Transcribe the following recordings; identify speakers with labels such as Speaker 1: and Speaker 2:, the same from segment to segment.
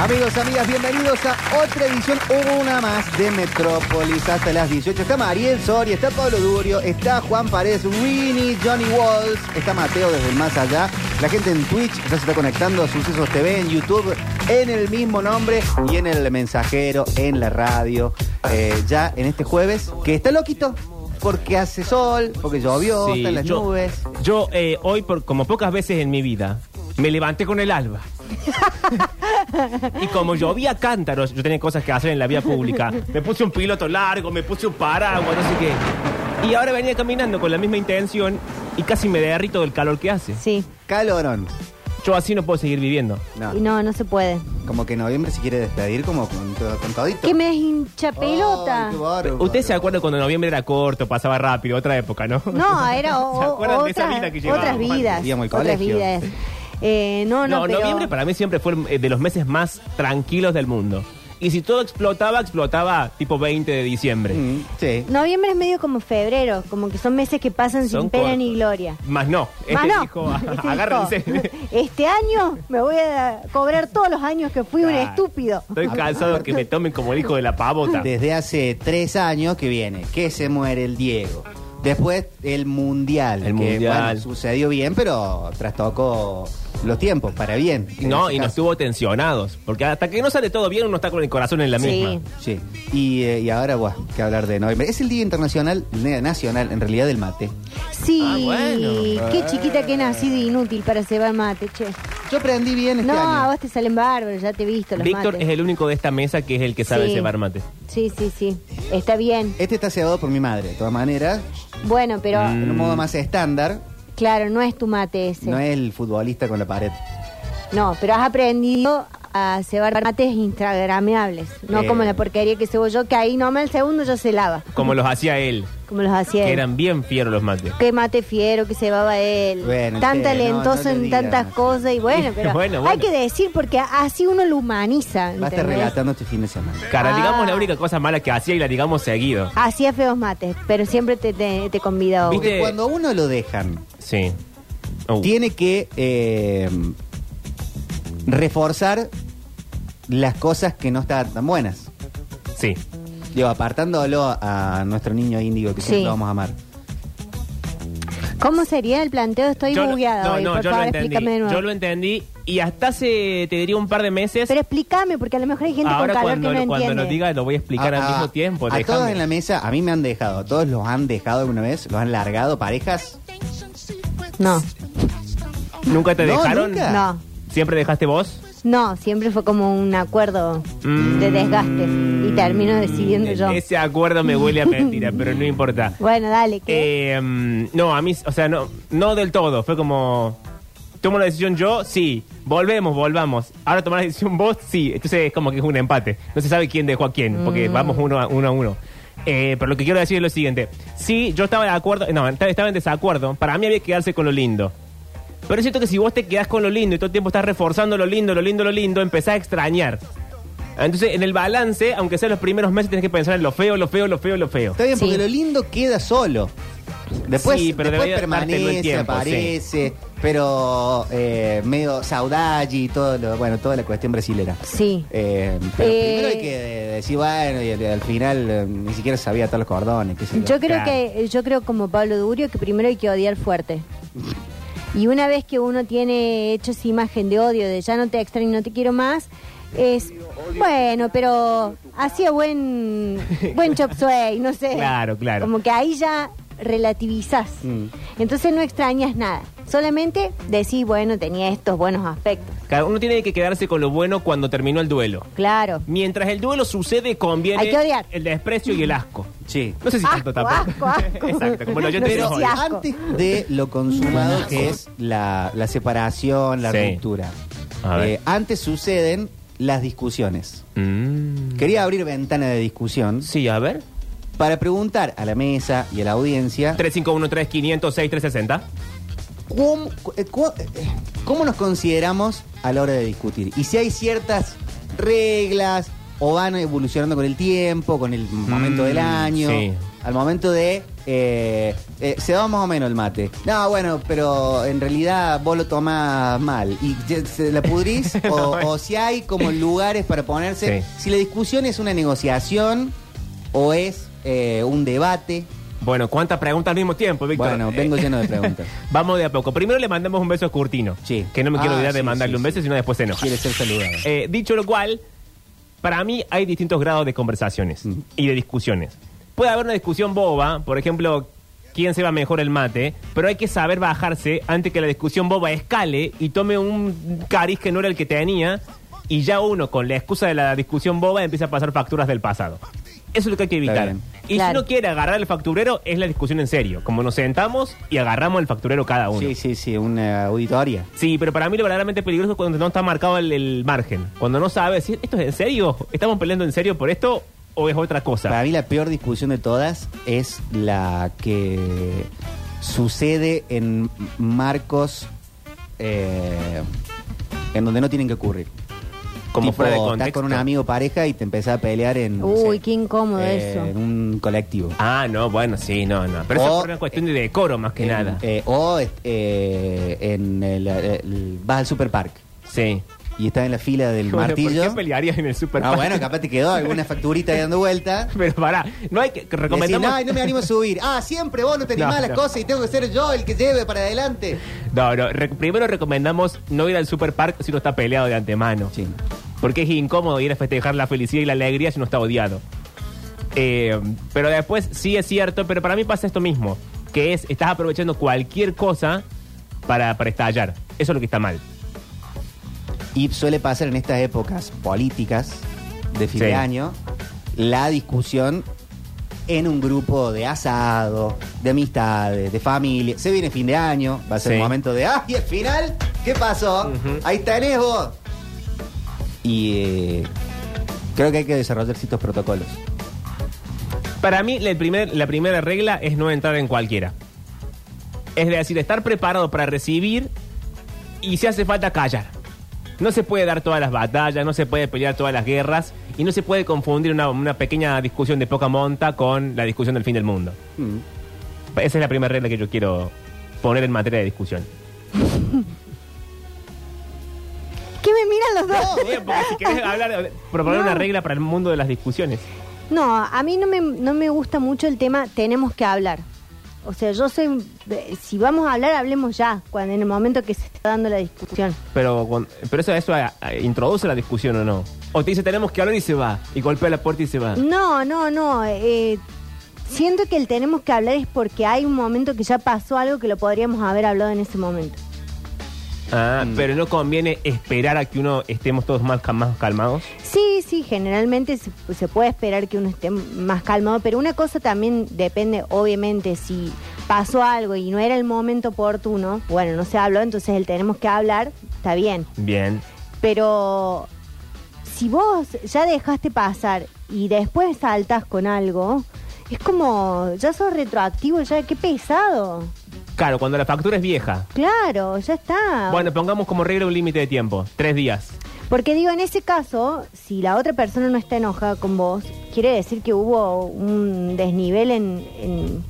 Speaker 1: Amigos, amigas, bienvenidos a otra edición, una más de Metrópolis. Hasta las 18 está Mariel Soria, está Pablo Durio, está Juan Paredes, Rini, Johnny Walls, está Mateo desde el más allá. La gente en Twitch ya se está conectando a Sucesos TV, en YouTube, en el mismo nombre y en el mensajero, en la radio. eh, ya en este jueves, que está loquito, porque hace sol, porque llovió,
Speaker 2: Sí,
Speaker 1: están las
Speaker 2: yo,
Speaker 1: nubes.
Speaker 2: Yo eh, hoy, por, como pocas veces en mi vida, me levanté con el alba. y como llovía cántaros, yo tenía cosas que hacer en la vía pública. Me puse un piloto largo, me puse un paraguas, no sé qué. Y ahora venía caminando con la misma intención y casi me derrito del calor que hace.
Speaker 3: Sí,
Speaker 1: Calorón.
Speaker 2: Yo así no puedo seguir viviendo.
Speaker 1: No,
Speaker 3: y no, no se puede.
Speaker 1: como que noviembre se quiere despedir como con, todo- con todito.
Speaker 3: ¿Qué me es hincha
Speaker 1: Ay,
Speaker 3: pelota?
Speaker 1: qué bárbaro.
Speaker 2: Ustedes se acuerdan cuando noviembre era corto, pasaba rápido, otra época, ¿no?
Speaker 3: No, era o-
Speaker 2: ¿Se
Speaker 3: o-
Speaker 2: acuerdan de esa
Speaker 3: otras,
Speaker 2: vida que llevábamos?
Speaker 3: otras vidas.
Speaker 1: Íbamos al
Speaker 3: Otras
Speaker 1: colegio.
Speaker 3: vidas. Eh, no, no,
Speaker 2: No,
Speaker 3: pero-
Speaker 2: noviembre para mí siempre fue eh, de los meses más tranquilos del mundo. Y si todo explotaba, explotaba tipo 20 de diciembre.
Speaker 1: Mm, sí.
Speaker 3: Noviembre es medio como febrero, como que son meses que pasan
Speaker 2: Son
Speaker 3: sin pena
Speaker 2: cortos.
Speaker 3: ni gloria.
Speaker 2: Más no. Este
Speaker 3: Más no.
Speaker 2: dijo,
Speaker 3: Este dijo,
Speaker 2: agárrense.
Speaker 3: Este año me voy a cobrar todos los años que fui un
Speaker 2: Claro. Ah,
Speaker 3: estúpido.
Speaker 2: Estoy cansado que me tomen como el hijo de la pavota.
Speaker 1: Desde hace tres años que viene, que se muere el Diego. Después el Mundial.
Speaker 2: El
Speaker 1: que,
Speaker 2: Mundial.
Speaker 1: bueno, sucedió bien, pero trastocó los tiempos para bien. en
Speaker 2: No,
Speaker 1: ese
Speaker 2: y nos
Speaker 1: caso.
Speaker 2: tuvo tensionados. Porque hasta que no sale todo bien, uno está con el corazón en la
Speaker 3: Sí.
Speaker 2: misma.
Speaker 1: Sí. Y, eh, y ahora, buah, que hablar de noviembre. Es el Día Internacional, ne- Nacional, en realidad, del mate.
Speaker 3: Sí,
Speaker 2: Ah, bueno.
Speaker 3: qué chiquita que he nacido inútil para cebar mate, che.
Speaker 1: Yo aprendí bien este
Speaker 3: No, a
Speaker 1: año.
Speaker 3: vos te salen bárbaros, ya te he visto los
Speaker 2: Víctor
Speaker 3: mates.
Speaker 2: es el único de esta mesa que es el que sabe
Speaker 3: Sí.
Speaker 2: llevar mate.
Speaker 3: Sí, sí, sí. Está bien.
Speaker 1: Este está cebado por mi madre, de todas maneras,
Speaker 3: Bueno, pero
Speaker 2: Mm.
Speaker 1: en un modo más estándar.
Speaker 3: claro, no es tu mate ese.
Speaker 1: No es el futbolista con la pared.
Speaker 3: No, pero has aprendido a cebar mates instagrameables. No
Speaker 1: Eh.
Speaker 3: como la porquería que cebo yo, que ahí nomás el segundo ya se lava.
Speaker 2: Como los hacía él.
Speaker 3: Como los hacía
Speaker 2: Que
Speaker 3: él.
Speaker 2: eran bien fieros los mates.
Speaker 3: Qué mate fiero que cebaba él.
Speaker 1: Bueno,
Speaker 3: Tan
Speaker 1: che, no,
Speaker 3: talentoso
Speaker 1: no le
Speaker 3: en
Speaker 1: digas,
Speaker 3: tantas
Speaker 1: Martín.
Speaker 3: cosas. Y bueno, pero
Speaker 2: Bueno, bueno.
Speaker 3: hay que decir porque así uno lo humaniza.
Speaker 1: Va a estar
Speaker 3: ¿entendés?
Speaker 1: relatando este fin de semana.
Speaker 2: Cara,
Speaker 3: Ah.
Speaker 2: digamos la única cosa mala que hacía y la digamos seguido.
Speaker 3: Hacía feos mates, pero siempre te, te, te convida a uno.
Speaker 2: ¿Viste?
Speaker 1: Porque cuando a uno lo dejan,
Speaker 2: Sí. Uh.
Speaker 1: tiene que eh, reforzar las cosas que no están tan buenas.
Speaker 2: Sí.
Speaker 1: Digo, apartándolo a nuestro niño índigo que siempre
Speaker 3: Sí.
Speaker 1: lo vamos a amar.
Speaker 3: ¿Cómo sería el planteo? Estoy
Speaker 2: Yo lo-
Speaker 3: bugueada
Speaker 2: no,
Speaker 3: hoy,
Speaker 2: no,
Speaker 3: por
Speaker 2: yo
Speaker 3: favor,
Speaker 2: lo entendí.
Speaker 3: explícame de nuevo.
Speaker 2: Yo lo entendí y hasta hace, te diría, un par de meses.
Speaker 3: Pero explícame, porque a lo mejor hay gente
Speaker 2: Ahora
Speaker 3: con calor
Speaker 2: cuando,
Speaker 3: que no
Speaker 2: cuando
Speaker 3: entiende.
Speaker 2: lo diga lo voy a explicar
Speaker 1: A-
Speaker 2: al
Speaker 1: a-
Speaker 2: mismo tiempo.
Speaker 1: A
Speaker 2: déjame.
Speaker 1: todos en la mesa, a mí me han dejado, a todos los han dejado alguna vez, los han largado parejas.
Speaker 3: No,
Speaker 2: ¿Nunca te
Speaker 1: No,
Speaker 2: dejaron?
Speaker 1: nunca.
Speaker 3: no,
Speaker 2: ¿Siempre dejaste vos?
Speaker 3: no, siempre fue como un acuerdo
Speaker 2: Mm.
Speaker 3: de desgaste y termino decidiendo yo.
Speaker 2: Ese acuerdo me huele a mentira, pero no importa.
Speaker 3: Bueno, dale, que
Speaker 2: Eh, mm, no, a mí, o sea, no, no del todo. Fue como. Tomo la decisión yo, sí. Volvemos, volvamos. Ahora tomar la decisión vos, sí. Entonces es como que es un empate. No se sabe quién dejó a quién, porque vamos uno a uno. A uno. Eh, pero lo que quiero decir es lo siguiente. Sí, yo estaba de acuerdo, no, esta- estaba en desacuerdo. Para mí había que quedarse con lo lindo. Pero es cierto que si vos te quedás con lo lindo y todo el tiempo estás reforzando lo lindo, lo lindo, lo lindo, empezás a extrañar. Entonces, en el balance, aunque sea los primeros meses, tenés que pensar en lo feo, lo feo, lo feo, lo feo.
Speaker 1: Está bien, porque
Speaker 3: Sí.
Speaker 1: lo lindo queda solo. Después,
Speaker 2: Sí, pero
Speaker 1: después
Speaker 2: debería dártelo
Speaker 1: permanece,
Speaker 2: el tiempo, sí.
Speaker 1: aparece, pero eh, medio saudade y todo lo, bueno, toda la cuestión brasilera.
Speaker 3: sí.
Speaker 1: Eh, pero
Speaker 3: Eh,
Speaker 1: primero hay que decir, bueno, y al, al final eh, ni siquiera sabía todos los cordones. qué sé yo.
Speaker 3: Yo creo
Speaker 2: Claro.
Speaker 3: que yo creo como Pablo Durio que primero hay que odiar fuerte. Y una vez que uno tiene hecho esa imagen de odio, de ya no te extraño, no te quiero más, es bueno, pero hacía buen buen chop suey, no sé.
Speaker 2: Claro, claro.
Speaker 3: Como que ahí ya relativizás.
Speaker 1: Mm.
Speaker 3: Entonces no extrañas nada. Solamente decís, bueno, tenía estos buenos aspectos.
Speaker 2: Claro, uno tiene que quedarse con lo bueno cuando terminó el duelo.
Speaker 3: Claro.
Speaker 2: Mientras el duelo sucede, conviene
Speaker 3: Hay que odiar.
Speaker 2: el desprecio y el asco.
Speaker 1: Sí.
Speaker 2: No sé si tanto
Speaker 3: Asco,
Speaker 2: tampoco.
Speaker 3: asco, asco.
Speaker 2: Exacto, como lo yo
Speaker 3: No
Speaker 2: te
Speaker 3: sé
Speaker 1: Pero
Speaker 3: Sí, asco.
Speaker 1: antes de lo consumado que es la, la separación, la
Speaker 2: Sí.
Speaker 1: ruptura,
Speaker 2: A ver.
Speaker 1: eh, antes suceden las discusiones. Quería abrir ventana de discusión
Speaker 2: Mm. Sí, a ver.
Speaker 1: para preguntar a la mesa y a la audiencia
Speaker 2: 351 3500 6360
Speaker 1: ¿cómo, cu- eh, cu- eh, cómo nos consideramos a la hora de discutir? Y si hay ciertas reglas o van evolucionando con el tiempo, con el momento del año,
Speaker 2: Mm, sí.
Speaker 1: al momento de eh, eh, se va más o menos el mate. No, bueno, pero en realidad vos lo tomás mal. Y ya se la pudrís, o,
Speaker 2: No, eh.
Speaker 1: o si hay como lugares para ponerse.
Speaker 2: Sí.
Speaker 1: Si la discusión es una negociación o es eh, un debate.
Speaker 2: Bueno, ¿cuántas preguntas al mismo tiempo, Víctor?
Speaker 1: Bueno,
Speaker 2: Eh,
Speaker 1: vengo lleno de preguntas.
Speaker 2: Vamos de a poco. Primero le mandamos un beso a Curtino.
Speaker 1: Sí.
Speaker 2: Que no me quiero
Speaker 1: Ah,
Speaker 2: olvidar de
Speaker 1: sí,
Speaker 2: mandarle
Speaker 1: sí,
Speaker 2: un beso,
Speaker 1: sí.
Speaker 2: sino después se enoja.
Speaker 1: Quiere ser saludado.
Speaker 2: Eh, dicho lo cual, para mí hay distintos grados de conversaciones
Speaker 1: Mm.
Speaker 2: y de discusiones. Puede haber una discusión boba, por ejemplo, quién se va mejor el mate, pero hay que saber bajarse antes que la discusión boba escale y tome un cariz que no era el que tenía y ya uno con la excusa de la discusión boba empieza a pasar facturas del pasado. Eso es lo que hay que
Speaker 1: Está
Speaker 2: evitar.
Speaker 1: bien.
Speaker 2: Y si
Speaker 3: Claro.
Speaker 2: uno quiere agarrar el facturero, es la discusión en serio. Como nos sentamos y agarramos el facturero cada uno.
Speaker 1: Sí, sí, sí, una auditoría.
Speaker 2: Sí, pero para mí lo verdaderamente peligroso es cuando no está marcado el, el margen. Cuando no sabes si esto es en serio, estamos peleando en serio por esto o es otra
Speaker 1: Para
Speaker 2: cosa.
Speaker 1: mí la peor discusión de todas es la que sucede en marcos eh, en donde no tienen que ocurrir.
Speaker 2: Como
Speaker 1: Tipo,
Speaker 2: fuera de
Speaker 1: Estás
Speaker 2: contexto.
Speaker 1: con un amigo pareja y te empezás a pelear en... no
Speaker 3: Uy,
Speaker 1: sé,
Speaker 3: qué incómodo
Speaker 1: eh,
Speaker 3: eso.
Speaker 1: En un colectivo.
Speaker 2: Ah, no, bueno, sí, no, no. Pero eso
Speaker 1: O-
Speaker 2: es por una cuestión de decoro más que
Speaker 1: En-
Speaker 2: nada.
Speaker 1: eh, o eh, en el, el- vas al superpark
Speaker 2: sí.
Speaker 1: y estás en la fila del
Speaker 2: Bueno,
Speaker 1: martillo.
Speaker 2: ¿Por qué pelearías en el super
Speaker 1: ah, bueno, capaz te quedó alguna facturita ahí dando vuelta.
Speaker 2: Pero pará, no hay que
Speaker 1: Y
Speaker 2: que
Speaker 1: Decís,
Speaker 2: recomendamos.
Speaker 1: "Ay, no me animo a subir. Ah, siempre vos no te animás
Speaker 2: No,
Speaker 1: a las
Speaker 2: no.
Speaker 1: cosas y tengo que ser yo el que lleve para adelante.
Speaker 2: No, no, re- primero recomendamos no ir al super park si uno está peleado de antemano.
Speaker 1: Sí.
Speaker 2: Porque es incómodo ir a festejar la felicidad y la alegría si uno está odiado. Eh, pero después sí es cierto, pero para mí pasa esto mismo, que es, estás aprovechando cualquier cosa para, para estallar. Eso es lo que está mal.
Speaker 1: Y suele pasar en estas épocas políticas de fin
Speaker 2: Sí.
Speaker 1: de año la discusión en un grupo de asado, de amistades, de familia. Se viene fin de año, va a ser
Speaker 2: Sí.
Speaker 1: un momento de, ah, y el final, ¿qué pasó?
Speaker 2: Ujú.
Speaker 1: Ahí tenés vos. Y eh, creo que hay que desarrollar ciertos protocolos.
Speaker 2: Para mí la, primer- la primera regla es no entrar en cualquiera. Es decir, estar preparado para recibir y si hace falta callar. No se puede dar todas las batallas, no se puede pelear todas las guerras y no se puede confundir una, una pequeña discusión de poca monta con la discusión del fin del mundo.
Speaker 1: Mm.
Speaker 2: Esa es la primera regla que yo quiero poner en materia de discusión.
Speaker 3: ¿Qué me miran los dos?
Speaker 2: Oh, Bien, porque si querés hablar, proponer
Speaker 3: No.
Speaker 2: una regla para el mundo de las discusiones.
Speaker 3: No, a mí no me, no me gusta mucho el tema tenemos que hablar. O sea, yo soy... de- Si vamos a hablar, hablemos ya, cuando en el momento que se está dando la discusión.
Speaker 2: Pero, con- pero eso, eso eh, eh, introduce la discusión o no. O te dice tenemos que hablar y se va. Y golpea la puerta y se va.
Speaker 3: No, no, no. eh, siento que el tenemos que hablar es porque hay un momento que ya pasó algo que lo podríamos haber hablado en ese momento.
Speaker 2: Ah, pero no conviene esperar a que uno estemos todos más, cal- más calmados.
Speaker 3: Sí, sí, generalmente se, se puede esperar que uno esté más calmado, pero una cosa también depende, obviamente, si pasó algo y no era el momento oportuno, bueno, no se habló, entonces el tenemos que hablar, está bien.
Speaker 2: Bien.
Speaker 3: Pero si vos ya dejaste pasar y después saltas con algo, es como, ya sos retroactivo, ya qué pesado.
Speaker 2: Claro, cuando la factura es vieja.
Speaker 3: Claro, ya está.
Speaker 2: Bueno, pongamos como regla un límite de tiempo. Tres días.
Speaker 3: Porque digo, en ese caso, si la otra persona no está enojada con vos, quiere decir que hubo un desnivel en, en-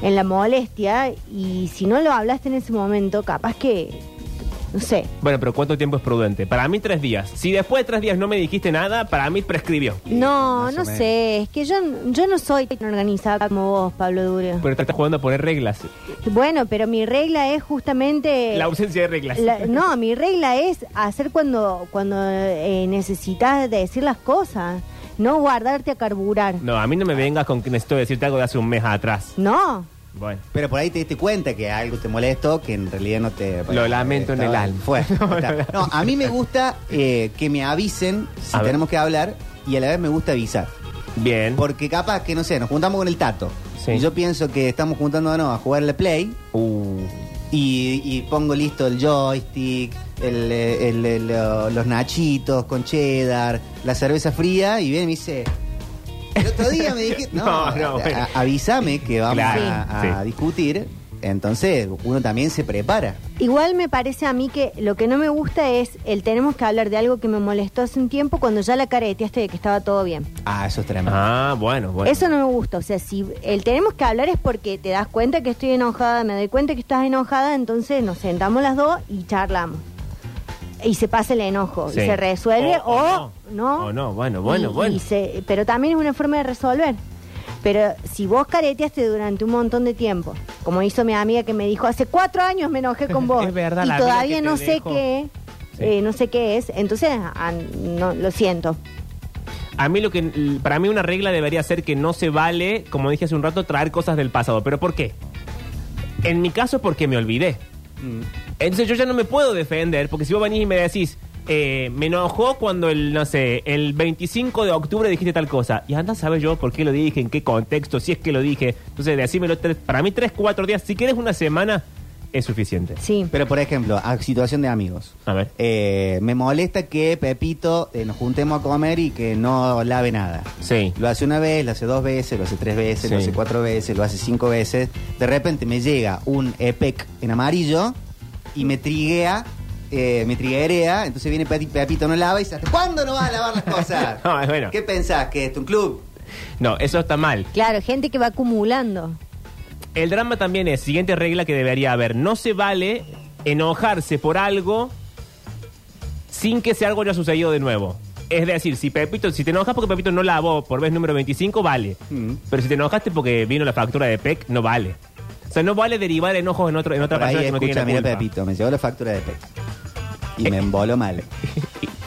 Speaker 3: en la molestia y si no lo hablaste en ese momento, capaz que, no sé,
Speaker 2: Bueno, pero ¿cuánto tiempo es prudente? Para mí tres días. Si después de tres días no me dijiste nada, para mí prescribió.
Speaker 3: No,
Speaker 1: más o
Speaker 3: no
Speaker 1: menos.
Speaker 3: sé, es que yo, yo no soy tan organizada como vos, Pablo Durio.
Speaker 2: Pero te estás jugando a poner reglas.
Speaker 3: Bueno, pero mi regla es justamente...
Speaker 2: La ausencia de reglas.
Speaker 3: Eh, la- no, mi regla es hacer cuando, cuando eh, necesitas decir las cosas, no guardarte a carburar.
Speaker 2: No, a mí no me vengas con que necesito decirte algo de hace un mes atrás.
Speaker 3: No,
Speaker 2: Bueno.
Speaker 1: Pero por ahí te diste cuenta que algo te molestó, que en realidad no te...
Speaker 2: Lo lamento en el alma.
Speaker 1: Fue. Está. No, a mí me gusta eh, que me avisen si
Speaker 2: A ver.
Speaker 1: tenemos que hablar y a la vez me gusta avisar.
Speaker 2: Bien.
Speaker 1: Porque capaz que, no sé, nos juntamos con el Tato.
Speaker 2: Sí.
Speaker 1: Y yo pienso que estamos juntándonos a jugar la Play
Speaker 2: Uh,
Speaker 1: y, y pongo listo el joystick, el, eh, el- el, lo- los nachitos con cheddar, la cerveza fría y viene y me dice... El otro día me dijiste... No,
Speaker 2: No, no,
Speaker 1: a-
Speaker 2: bueno.
Speaker 1: avísame que vamos
Speaker 2: Claro,
Speaker 1: a, a
Speaker 2: sí.
Speaker 1: discutir. Entonces uno también se prepara.
Speaker 3: Igual me parece a mí que lo que no me gusta es el tenemos que hablar de algo que me molestó hace un tiempo cuando ya la careteaste de que estaba todo bien.
Speaker 1: Ah, eso es tremendo.
Speaker 2: Ah, bueno, bueno.
Speaker 3: Eso no me gusta. O sea, si el tenemos que hablar es porque te das cuenta que estoy enojada, me doy cuenta que estás enojada, entonces nos sentamos las dos y charlamos. Y se pasa el enojo,
Speaker 2: Sí.
Speaker 3: y se resuelve,
Speaker 2: O-
Speaker 3: o,
Speaker 2: o no.
Speaker 3: no.
Speaker 2: O no, bueno, bueno,
Speaker 3: Y-
Speaker 2: bueno.
Speaker 3: y se- pero también es una forma de resolver. Pero si vos careteaste durante un montón de tiempo, como hizo mi amiga que me dijo, hace cuatro años me enojé con vos,
Speaker 2: Es verdad,
Speaker 3: y
Speaker 2: la amiga
Speaker 3: todavía
Speaker 2: que te
Speaker 3: no sé
Speaker 2: dejó.
Speaker 3: qué,
Speaker 2: Sí.
Speaker 3: eh, no sé qué es, entonces ah, no, lo siento.
Speaker 2: A mí lo que l- para mí una regla debería ser que no se vale, como dije hace un rato, traer cosas del pasado. ¿Pero por qué? En mi caso porque me olvidé. Entonces yo ya no me puedo defender, porque si vos venís y me decís, eh, me enojó cuando el, no sé, el 25 de octubre dijiste tal cosa, y anda, ¿sabes yo por qué lo dije? ¿En qué contexto? Si es que lo dije. Entonces decímelo tres, para mí tres, cuatro días, si quieres una semana, es suficiente.
Speaker 3: Sí.
Speaker 1: Pero, por ejemplo, a situación de amigos.
Speaker 2: A ver.
Speaker 1: Eh, me molesta que Pepito eh, nos juntemos a comer y que no lave nada.
Speaker 2: Sí.
Speaker 1: Lo hace una vez, lo hace dos veces, lo hace tres veces, lo
Speaker 2: Sí.
Speaker 1: hace cuatro veces, lo hace cinco veces. De repente me llega un E EPEC en amarillo y me triguea, eh, me triguea, entonces viene Peti- Pepito, no lava y dice, ¿cuándo no vas a lavar las cosas?
Speaker 2: No, es bueno.
Speaker 1: ¿Qué pensás? ¿Que esto es un club?
Speaker 2: No, eso está mal.
Speaker 3: Claro, gente que va acumulando.
Speaker 2: El drama también es, siguiente regla que debería haber, no se vale enojarse por algo sin que ese algo haya sucedido de nuevo. Es decir, si Pepito, si te enojas porque Pepito no lavó por vez número 25, vale.
Speaker 1: Mm.
Speaker 2: Pero si te enojaste porque vino la factura de PEC, no vale. O sea, no vale derivar enojos en, otro, en otra
Speaker 1: Por ahí
Speaker 2: persona que no tiene
Speaker 1: escucha,
Speaker 2: la
Speaker 1: mira
Speaker 2: culpa.
Speaker 1: Pepito, me llegó la factura de E EPEC y me embolo mal.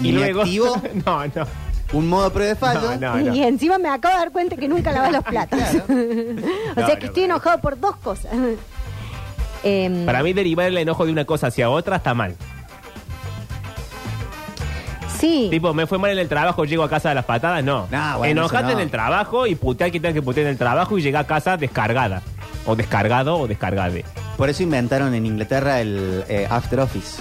Speaker 2: Y,
Speaker 1: ¿Y me
Speaker 2: luego...
Speaker 1: activo?
Speaker 2: no, no.
Speaker 1: Un modo prueba de fallo.
Speaker 2: No, no, no.
Speaker 3: Y encima me acabo de dar cuenta que nunca lavas los platos.
Speaker 1: Claro.
Speaker 3: o
Speaker 2: Ah, No,
Speaker 3: sea que
Speaker 2: no,
Speaker 3: estoy
Speaker 2: no.
Speaker 3: enojado por dos cosas. Em,
Speaker 2: Para mí derivar el enojo de una cosa hacia otra está mal.
Speaker 3: sí.
Speaker 2: Tipo, me fue mal en el trabajo, llego a casa de las patadas, no.
Speaker 1: No, bueno,
Speaker 2: Enojate
Speaker 1: eso no.
Speaker 2: en el trabajo y putear que tengas que putear en el trabajo y llegar a casa descargada. O descargado o descargade.
Speaker 1: Por eso inventaron en Inglaterra el eh, after office.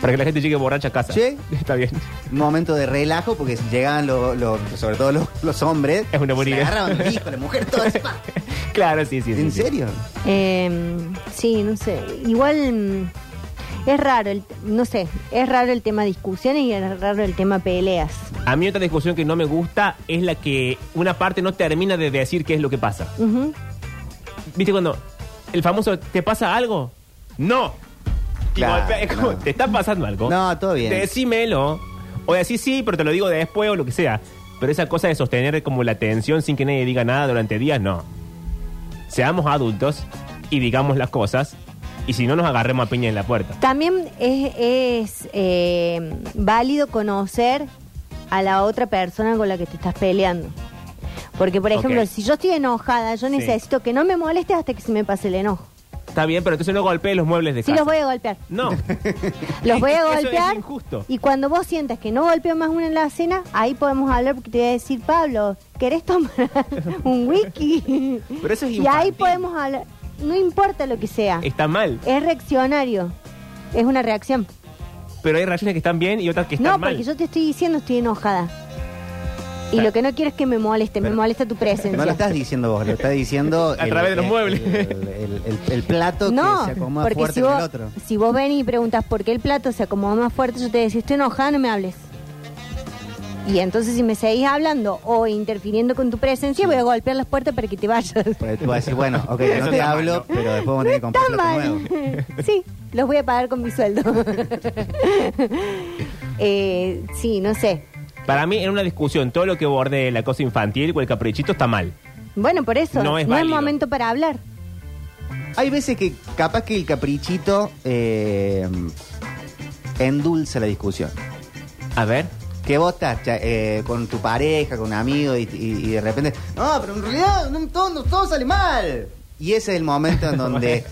Speaker 2: Para que la gente llegue borracha a casa.
Speaker 1: Sí.
Speaker 2: Está bien.
Speaker 1: Un momento de relajo porque llegaban los, los- sobre todo los, los hombres.
Speaker 2: Es una buena
Speaker 1: se
Speaker 2: idea.
Speaker 1: agarraban los hijos, la mujer, todo eso.
Speaker 2: Claro, sí, sí. sí,
Speaker 1: ¿En
Speaker 2: sí.
Speaker 1: serio?
Speaker 3: Em, sí, no sé. Igual mm, es raro, el, no sé, es raro el tema discusiones y es raro el tema peleas.
Speaker 2: A mí otra discusión que no me gusta es la que una parte no termina de decir qué es lo que pasa.
Speaker 3: Ujú.
Speaker 2: ¿Viste cuando el famoso, ¿te pasa algo? No. Tipo,
Speaker 1: Claro,
Speaker 2: es como,
Speaker 1: no.
Speaker 2: ¿te está pasando algo?
Speaker 1: No, todo bien.
Speaker 2: Decímelo. O decís sí, pero te lo digo después o lo que sea. Pero esa cosa de sostener como la tensión sin que nadie diga nada durante días, no. Seamos adultos y digamos las cosas. Y si no, nos agarremos a piña en la puerta.
Speaker 3: También es, es, eh, válido conocer a la otra persona con la que te estás peleando. Porque, por
Speaker 2: Ok.
Speaker 3: ejemplo, si yo estoy enojada, yo necesito que no me molestes hasta que se me pase el enojo.
Speaker 2: Está bien, pero entonces no golpees los muebles de
Speaker 3: Si
Speaker 2: casa.
Speaker 3: los voy a golpear.
Speaker 2: No.
Speaker 3: Los voy a
Speaker 2: Eso es
Speaker 3: golpear.
Speaker 2: injusto.
Speaker 3: Y cuando vos sientas que no golpeo más uno en la cena, ahí podemos hablar porque te voy a decir, Pablo, ¿querés tomar un wiki?
Speaker 2: Pero eso es
Speaker 3: Y ahí
Speaker 2: infantil.
Speaker 3: podemos hablar. No importa lo que sea.
Speaker 2: Está mal.
Speaker 3: Es reaccionario. Es una reacción.
Speaker 2: Pero hay razones que están bien y otras que están
Speaker 3: No,
Speaker 2: mal.
Speaker 3: porque yo te estoy diciendo estoy enojada. Y
Speaker 2: Está-
Speaker 3: lo que no quiero es que me moleste, me
Speaker 2: Pero-
Speaker 3: molesta tu presencia.
Speaker 1: No lo estás diciendo vos, lo está diciendo.
Speaker 2: A través de los muebles.
Speaker 1: El, el- el- el plato
Speaker 3: No,
Speaker 1: que se acomoda
Speaker 3: porque
Speaker 1: fuerte
Speaker 3: si
Speaker 1: en el
Speaker 3: vos,
Speaker 1: otro.
Speaker 3: si vos venís y preguntas por qué el plato se acomoda más fuerte, yo te decía, estoy enojada, no me hables. Y entonces si me seguís hablando o interfiriendo con tu presencia, voy a golpear las puertas para que te vayas.
Speaker 1: Por ahí tú vas a decir, bueno, ok,
Speaker 2: Eso
Speaker 1: no te
Speaker 2: está mal,
Speaker 1: hablo,
Speaker 2: ¿no?
Speaker 1: pero después vamos a tener que comprar
Speaker 3: Está
Speaker 1: plato nuevo.
Speaker 3: mal. Sí, los voy a pagar con mi sueldo. Eh, sí, no sé.
Speaker 2: Para mí, en una discusión, todo lo que borde la cosa infantil o el caprichito está mal.
Speaker 3: Bueno, por eso,
Speaker 2: No
Speaker 3: no
Speaker 2: es
Speaker 3: es,
Speaker 2: válido.
Speaker 3: momento para hablar.
Speaker 1: Hay veces que capaz que el caprichito eh, endulza la discusión.
Speaker 2: A ver.
Speaker 1: Que vos estás cha- eh, con tu pareja, con un amigo y, y- y de repente, no, pero en realidad no, todo, no- todo sale mal. Y ese es el momento en donde eh,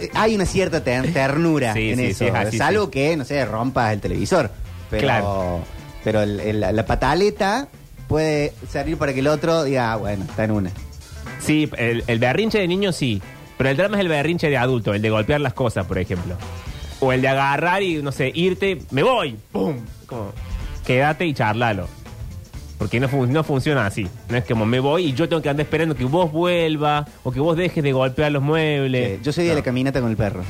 Speaker 1: eh, hay una cierta ten- ternura
Speaker 2: Sí,
Speaker 1: en
Speaker 2: sí,
Speaker 1: eso.
Speaker 2: sí, es así,
Speaker 1: salvo
Speaker 2: sí.
Speaker 1: que, no sé, rompas el televisor. Pero,
Speaker 2: Claro.
Speaker 1: pero el- el- la pataleta puede servir para que el otro diga, ah, bueno, está en una.
Speaker 2: Sí, el, el berrinche de niño sí. Pero el drama es el berrinche de adulto, el de golpear las cosas, por ejemplo. O el de agarrar y, no sé, irte, me voy, ¡pum! Como, quédate y charlalo. Porque no, fun- no funciona así. No es como me voy y yo tengo que andar esperando que vos vuelvas o que vos dejes de golpear los muebles.
Speaker 1: Eh, yo soy de
Speaker 2: No.
Speaker 1: la caminata con el perro.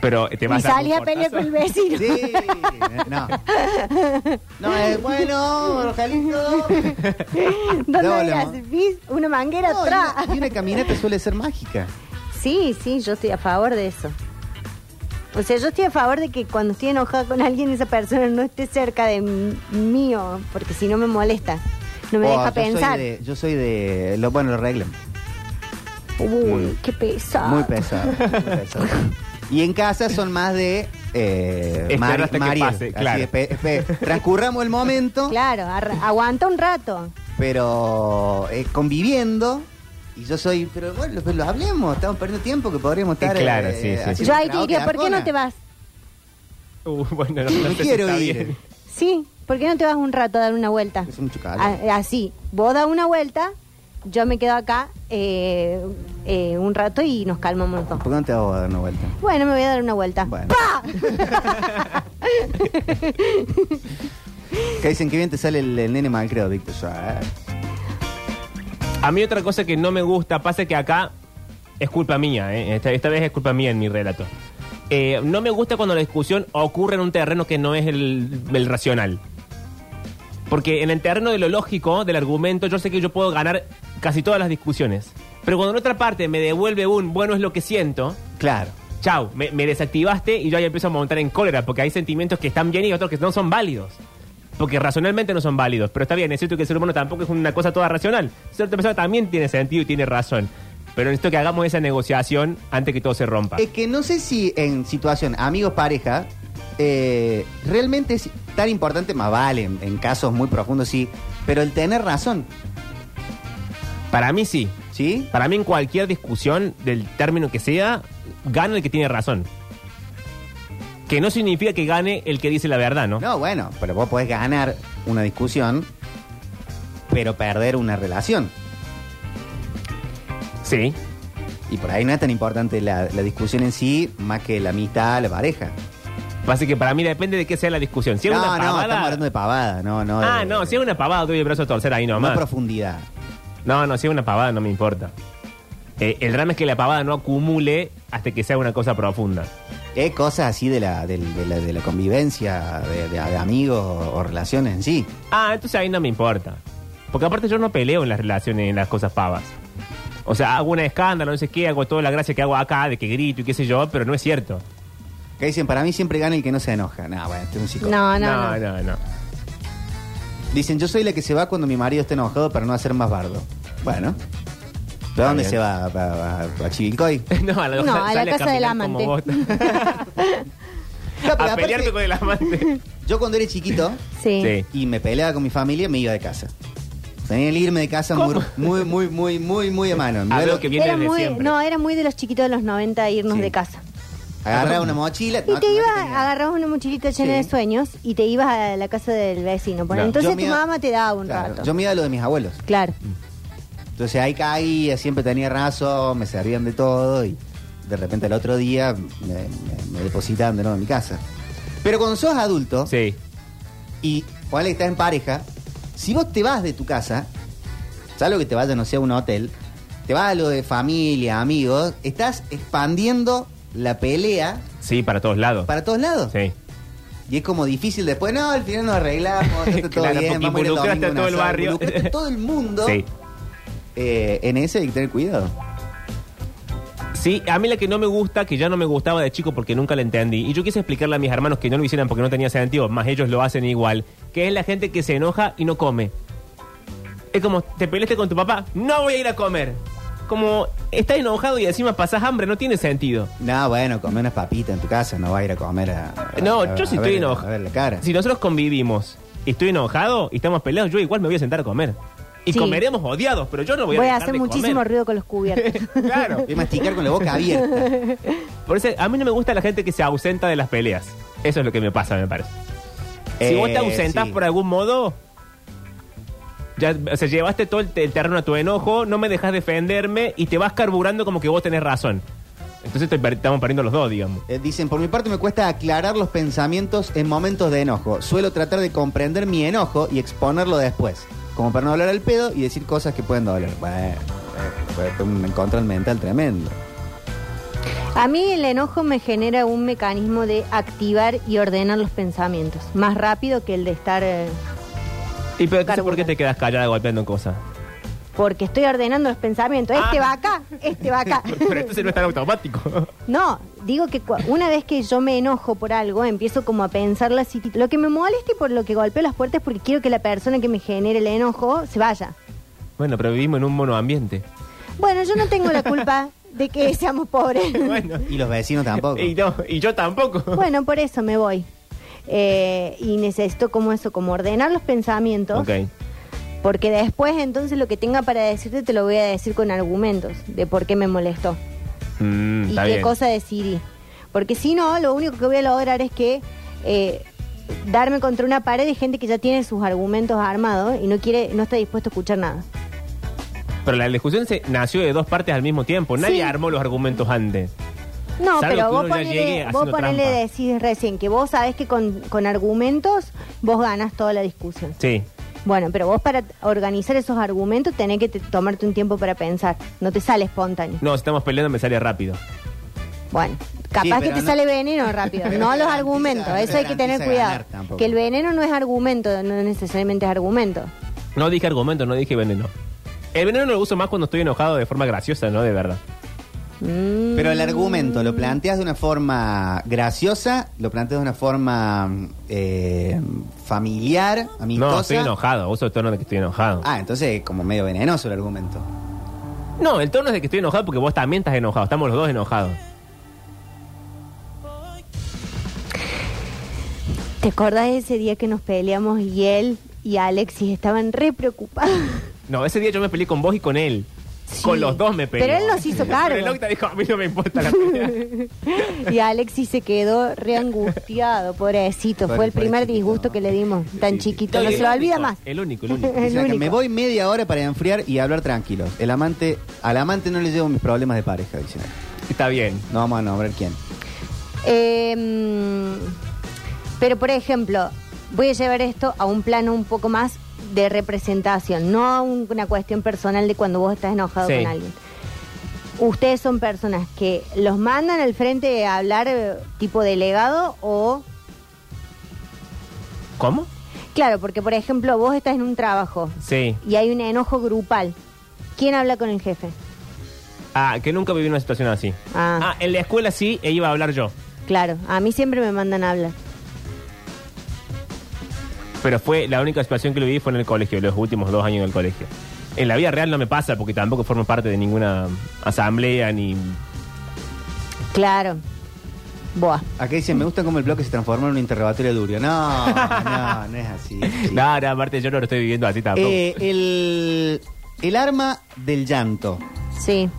Speaker 2: Pero te vas
Speaker 3: Y salí
Speaker 2: dar
Speaker 3: a
Speaker 2: un
Speaker 3: pelear con el
Speaker 2: portazo.
Speaker 3: vecino.
Speaker 1: Sí, no. No, es bueno, Rojalito.
Speaker 3: ¿Dónde
Speaker 1: No,
Speaker 3: habías
Speaker 1: no.
Speaker 3: visto Una manguera
Speaker 1: No, y
Speaker 3: atrás.
Speaker 1: una- y una caminata suele ser mágica.
Speaker 3: Sí, sí, yo estoy a favor de eso. O sea, yo estoy a favor de que cuando estoy enojada con alguien, esa persona no esté cerca de m- mío, porque si no me molesta. No me
Speaker 1: Oh,
Speaker 3: deja
Speaker 1: yo soy
Speaker 3: pensar.
Speaker 1: de- yo soy de. Lo, bueno, lo arreglan.
Speaker 3: Uy, qué pesado.
Speaker 1: Muy pesado. muy pesado. Y en casa son más de. Eh,
Speaker 2: Esperar
Speaker 1: Mari-
Speaker 2: hasta que
Speaker 1: Mariel.
Speaker 2: pase,
Speaker 1: Así,
Speaker 2: claro.
Speaker 1: espe- espe- transcurramos el momento,
Speaker 3: Claro, arra- aguanta un rato.
Speaker 1: pero eh, conviviendo. Y yo soy. Pero bueno, pues lo hablemos. Estamos perdiendo tiempo que podríamos estar.
Speaker 2: Eh, claro,
Speaker 1: eh,
Speaker 2: sí, sí, sí.
Speaker 1: haciendo
Speaker 3: Yo ahí te
Speaker 1: karaoke
Speaker 3: diría,
Speaker 1: de
Speaker 3: ¿por qué no
Speaker 1: Arjona".
Speaker 3: te vas?
Speaker 2: Uh, bueno, no,
Speaker 1: Sí,
Speaker 2: no
Speaker 1: me
Speaker 2: sé si
Speaker 1: quiero
Speaker 2: está
Speaker 1: ir.
Speaker 2: bien.
Speaker 3: Sí, ¿por qué no te vas un rato a dar una vuelta?
Speaker 1: Es mucho calor.
Speaker 3: A- así, vos da una vuelta, yo me quedo acá eh, eh, un rato y nos calmamos los dos.
Speaker 1: ¿Por qué no te hago dar una vuelta?
Speaker 3: Bueno, me voy a dar una vuelta.
Speaker 1: Bueno.
Speaker 3: ¡Pa!
Speaker 1: Que dicen que bien te sale el, el nene mal, creo, Víctor. Yo, eh.
Speaker 2: A mí otra cosa que no me gusta, pasa que acá es culpa mía, ¿eh? esta, esta vez es culpa mía en mi relato. Eh, no me gusta cuando la discusión ocurre en un terreno que no es el, el racional. Porque en el terreno de lo lógico, del argumento, yo sé que yo puedo ganar casi todas las discusiones. Pero cuando en otra parte me devuelve un bueno es lo que siento,
Speaker 1: Claro.
Speaker 2: chau, me, me desactivaste y yo ahí empiezo a montar en cólera porque hay sentimientos que están bien y otros que no son válidos. Porque racionalmente no son válidos. Pero está bien, es cierto que el ser humano tampoco es una cosa toda racional. Cierta persona también tiene sentido y tiene razón. Pero necesito que hagamos esa negociación antes que todo se rompa.
Speaker 1: Es que no sé si en situación amigos pareja eh, realmente es tan importante, más vale, en, en casos muy profundos sí, pero el tener razón,
Speaker 2: Para mí sí.
Speaker 1: ¿sí?
Speaker 2: Para mí en cualquier discusión del término que sea, gana el que tiene razón. Que no significa que gane el que dice la verdad, ¿no?
Speaker 1: No, bueno, pero vos podés ganar una discusión, pero perder una relación.
Speaker 2: Sí.
Speaker 1: Y por ahí no es tan importante la, la discusión en sí, más que la amistad, la pareja.
Speaker 2: Así que para mí depende de qué sea la discusión. Si es
Speaker 1: no,
Speaker 2: una
Speaker 1: no,
Speaker 2: pavada-
Speaker 1: estamos hablando de pavada, no, no.
Speaker 2: Ah,
Speaker 1: de-
Speaker 2: no, si es una pavada, doy el brazo a torcer ahí
Speaker 1: no
Speaker 2: nomás.
Speaker 1: profundidad.
Speaker 2: No, no, si es una pavada no me importa. Eh, el drama es que la pavada no acumule hasta que sea una cosa profunda.
Speaker 1: Es cosas así de la, del- de la, de la convivencia, de, de- de amigos o relaciones en sí.
Speaker 2: Ah, entonces ahí no me importa. Porque aparte yo no peleo en las relaciones, en las cosas pavas. O sea, hago un escándalo, no sé qué, hago toda la gracia que hago acá, de que grito y qué sé yo, pero no es cierto.
Speaker 1: Que dicen, para mí siempre gana el que no se enoja. Nah, bueno, este es un psicólogo.
Speaker 3: Ah, No, no, no.
Speaker 2: no. no,
Speaker 1: Dicen, yo soy la que se va cuando mi marido está enojado para no hacer más bardo. Bueno. ¿Pero a dónde
Speaker 2: bien.
Speaker 1: se va? ¿A, a, a- a Chivilcoy?
Speaker 2: No, a la,
Speaker 3: No, a la
Speaker 2: sale
Speaker 3: casa del
Speaker 2: caminar como
Speaker 3: amante.
Speaker 2: bosta.
Speaker 1: No, pero
Speaker 2: a
Speaker 1: aparte,
Speaker 2: pelearte con el amante.
Speaker 1: Yo cuando era chiquito
Speaker 3: Sí.
Speaker 2: Sí.
Speaker 1: y me peleaba con mi familia, me iba de casa. Tenía el irme de casa muy,
Speaker 2: ¿Cómo?
Speaker 1: muy, muy, muy, muy, muy a mano. Mi
Speaker 2: A ver
Speaker 1: abuelo
Speaker 2: lo que viene
Speaker 3: Era
Speaker 2: desde
Speaker 3: muy,
Speaker 2: siempre.
Speaker 3: no, era muy de los chiquitos de los 90 irnos
Speaker 1: Sí.
Speaker 3: de casa.
Speaker 1: agarraba una mochila.
Speaker 3: Y
Speaker 1: no,
Speaker 3: te
Speaker 1: no
Speaker 3: ibas,
Speaker 1: tenía-
Speaker 3: agarrabas una mochilita llena
Speaker 1: Sí.
Speaker 3: de sueños y te ibas a la casa del vecino.
Speaker 2: No.
Speaker 3: Bueno,
Speaker 1: Yo
Speaker 3: entonces
Speaker 1: me
Speaker 3: tu
Speaker 1: iba-
Speaker 3: mamá te daba un
Speaker 1: Claro,
Speaker 3: rato.
Speaker 1: Yo me iba a lo de mis abuelos.
Speaker 3: Claro.
Speaker 1: Entonces ahí caía, siempre tenía razón, me servían de todo y de repente al otro día me, me- me depositaban de nuevo en mi casa. Pero cuando sos adulto
Speaker 2: Sí.
Speaker 1: y ponele que estás en pareja, si vos te vas de tu casa, salvo que te vayas, no sé, a un hotel, te vas a lo de familia, amigos, estás expandiendo la pelea
Speaker 2: Sí, para todos lados.
Speaker 1: para todos lados.
Speaker 2: Sí.
Speaker 1: Y es como difícil después, no, al final nos arreglamos, está todo
Speaker 2: Claro,
Speaker 1: bien,
Speaker 2: porque
Speaker 1: vamos a ir el domingo
Speaker 2: involucraste a
Speaker 1: un
Speaker 2: todo el
Speaker 1: asado,
Speaker 2: barrio.
Speaker 1: involucraste a todo el mundo.
Speaker 2: Sí.
Speaker 1: Eh, en ese hay que tener cuidado.
Speaker 2: Sí, a mí la que no me gusta, que ya no me gustaba de chico porque nunca la entendí, y yo quise explicarle a mis hermanos que no lo hicieran porque no tenía sentido, más ellos lo hacen igual, que es la gente que se enoja y no come. Es como, te peleaste con tu papá, no voy a ir a comer. Como, estás enojado y encima pasás hambre, no tiene sentido.
Speaker 1: No, bueno, come unas papitas en tu casa, no va a ir a comer a. a-
Speaker 2: No,
Speaker 1: Ah, a-
Speaker 2: yo sí
Speaker 1: a
Speaker 2: estoy
Speaker 1: ver-
Speaker 2: enojado.
Speaker 1: A ver la cara.
Speaker 2: Si nosotros convivimos y estoy enojado y estamos peleados, yo igual me voy a sentar a comer. Y
Speaker 3: Sí.
Speaker 2: comeremos odiados, pero yo no voy
Speaker 3: Voy,
Speaker 2: a
Speaker 3: a
Speaker 2: dejar
Speaker 3: hacer
Speaker 2: de
Speaker 3: muchísimo
Speaker 2: comer.
Speaker 3: ruido con los cubiertos.
Speaker 2: Claro.
Speaker 1: Voy a masticar con la boca abierta.
Speaker 2: Por eso, a mí no me gusta la gente que se ausenta de las peleas. Eso es lo que me pasa, me parece. Si vos
Speaker 1: Eh,
Speaker 2: te ausentás
Speaker 1: sí.
Speaker 2: por algún modo, ya, o sea, llevaste todo el, te- el terreno a tu enojo, no me dejas defenderme y te vas carburando como que vos tenés razón. Entonces estoy per- estamos perdiendo los dos, digamos.
Speaker 1: Eh, dicen, por mi parte me cuesta aclarar los pensamientos en momentos de enojo. Suelo tratar de comprender mi enojo y exponerlo después. Como para no hablar al pedo y decir cosas que pueden doler. Bueno, eh, fue un control mental tremendo.
Speaker 3: A mí el enojo me genera un mecanismo de activar y ordenar los pensamientos, más rápido que el de estar... eh,
Speaker 2: Y pero entonces, ¿por
Speaker 3: Carburar.
Speaker 2: qué te quedas callada golpeando cosas?
Speaker 3: porque estoy ordenando los pensamientos. Este
Speaker 2: Ah.
Speaker 3: va acá, este va acá.
Speaker 2: Pero entonces no es tan automático.
Speaker 3: No, digo que cua- una vez que yo me enojo por algo, empiezo como a pensar la situ- Lo que me molesta y por lo que golpeo las puertas es porque quiero que la persona que me genere el enojo se vaya.
Speaker 2: Bueno, pero vivimos en un monoambiente.
Speaker 3: Bueno, yo no tengo la culpa de que seamos pobres.
Speaker 2: Bueno.
Speaker 1: Y los vecinos tampoco.
Speaker 2: Y, no, y yo tampoco.
Speaker 3: bueno, por eso me voy. Eh, y necesito como eso, como ordenar los pensamientos.
Speaker 2: Ok.
Speaker 3: Porque después entonces lo que tenga para decirte te lo voy a decir con argumentos de por qué me molestó.
Speaker 2: Mm,
Speaker 3: y
Speaker 2: está
Speaker 3: qué
Speaker 2: bien.
Speaker 3: cosa decidí. Porque si no, lo único que voy a lograr es que eh, darme contra una pared de gente que ya tiene sus argumentos armados y no quiere, no está dispuesto a escuchar nada.
Speaker 2: Pero la discusión se nació de dos partes al mismo tiempo. Nadie
Speaker 3: Sí.
Speaker 2: armó los argumentos antes. Salvo
Speaker 3: No, pero
Speaker 2: que
Speaker 3: vos
Speaker 2: uno ya llegue
Speaker 3: ponele, vos
Speaker 2: haciendo
Speaker 3: ponele
Speaker 2: trampa.
Speaker 3: decís recién que vos sabés que con, con argumentos vos ganas toda la discusión.
Speaker 2: Sí.
Speaker 3: Bueno, pero vos para organizar esos argumentos tenés que te- tomarte un tiempo para pensar. No te sale espontáneo.
Speaker 2: No, si estamos peleando me sale rápido.
Speaker 3: Bueno, capaz que
Speaker 1: pero
Speaker 3: te
Speaker 1: no-
Speaker 3: sale veneno rápido,
Speaker 1: Pero
Speaker 3: no
Speaker 1: te
Speaker 3: los
Speaker 1: garantiza-
Speaker 3: argumentos,
Speaker 1: no te
Speaker 3: eso hay que tener
Speaker 1: garantiza
Speaker 3: cuidado.
Speaker 1: ganar tampoco.
Speaker 3: Que el veneno no es argumento, no necesariamente es argumento.
Speaker 2: No dije argumento, no dije veneno. El veneno lo uso más cuando estoy enojado de forma graciosa, ¿no? De verdad.
Speaker 3: Mm,
Speaker 1: Pero el argumento lo planteas de una forma graciosa, lo planteas de una forma eh, familiar, amistosa.
Speaker 2: No, estoy enojado. Uso el tono de que estoy enojado.
Speaker 1: Ah, entonces como medio venenoso el argumento.
Speaker 2: No, el tono es de que estoy enojado porque vos también estás enojado. Estamos los dos enojados.
Speaker 3: ¿Te acordás de ese día que nos peleamos y él y Alexis estaban re preocupados?
Speaker 2: No, ese día yo me peleé con vos y con él.
Speaker 3: Sí.
Speaker 2: Con los dos me peleé.
Speaker 3: Pero él nos hizo cargo.
Speaker 2: Pero el Octa dijo, a mí no me importa la pelea.
Speaker 3: y Alexis se quedó re angustiado, pobrecito.
Speaker 1: Pobre-
Speaker 3: Fue el primer
Speaker 1: pobrecito,
Speaker 3: disgusto
Speaker 1: ¿no?
Speaker 3: que le dimos, tan
Speaker 1: Sí.
Speaker 3: chiquito. No
Speaker 2: El
Speaker 3: se lo olvida
Speaker 2: único,
Speaker 3: más.
Speaker 2: El único, el único.
Speaker 3: El
Speaker 1: O sea, que
Speaker 3: único.
Speaker 1: me voy media hora para enfriar y hablar tranquilos. El amante, al amante no le llevo mis problemas de pareja, dice.
Speaker 2: Está bien.
Speaker 1: No vamos a nombrar quién.
Speaker 3: Eh, mm, pero, por ejemplo, voy a llevar esto a un plano un poco más de representación, no a un- una cuestión personal de cuando vos estás enojado
Speaker 2: Sí.
Speaker 3: con alguien. Ustedes son personas que los mandan al frente a hablar eh, tipo delegado o...
Speaker 2: ¿Cómo?
Speaker 3: Claro, porque por ejemplo vos estás en un trabajo
Speaker 2: Sí.
Speaker 3: y hay un enojo grupal. ¿Quién habla con el jefe?
Speaker 2: Ah, que nunca viví una situación así.
Speaker 3: Ah.
Speaker 2: Ah, en la escuela sí, e iba a hablar yo.
Speaker 3: Claro, a mí siempre me mandan a hablar.
Speaker 2: Pero fue la única situación que lo viví fue en el colegio, los últimos dos años en el colegio. En la vida real no me pasa porque tampoco formo parte de ninguna asamblea ni.
Speaker 3: Claro. Boa.
Speaker 1: Acá dicen, me gusta cómo el bloque se transforma en un interrogatorio duro. No, no, no es así. chicos.
Speaker 2: Nada, aparte yo no lo estoy viviendo así tampoco.
Speaker 1: Eh, el, el arma del llanto.
Speaker 3: Sí.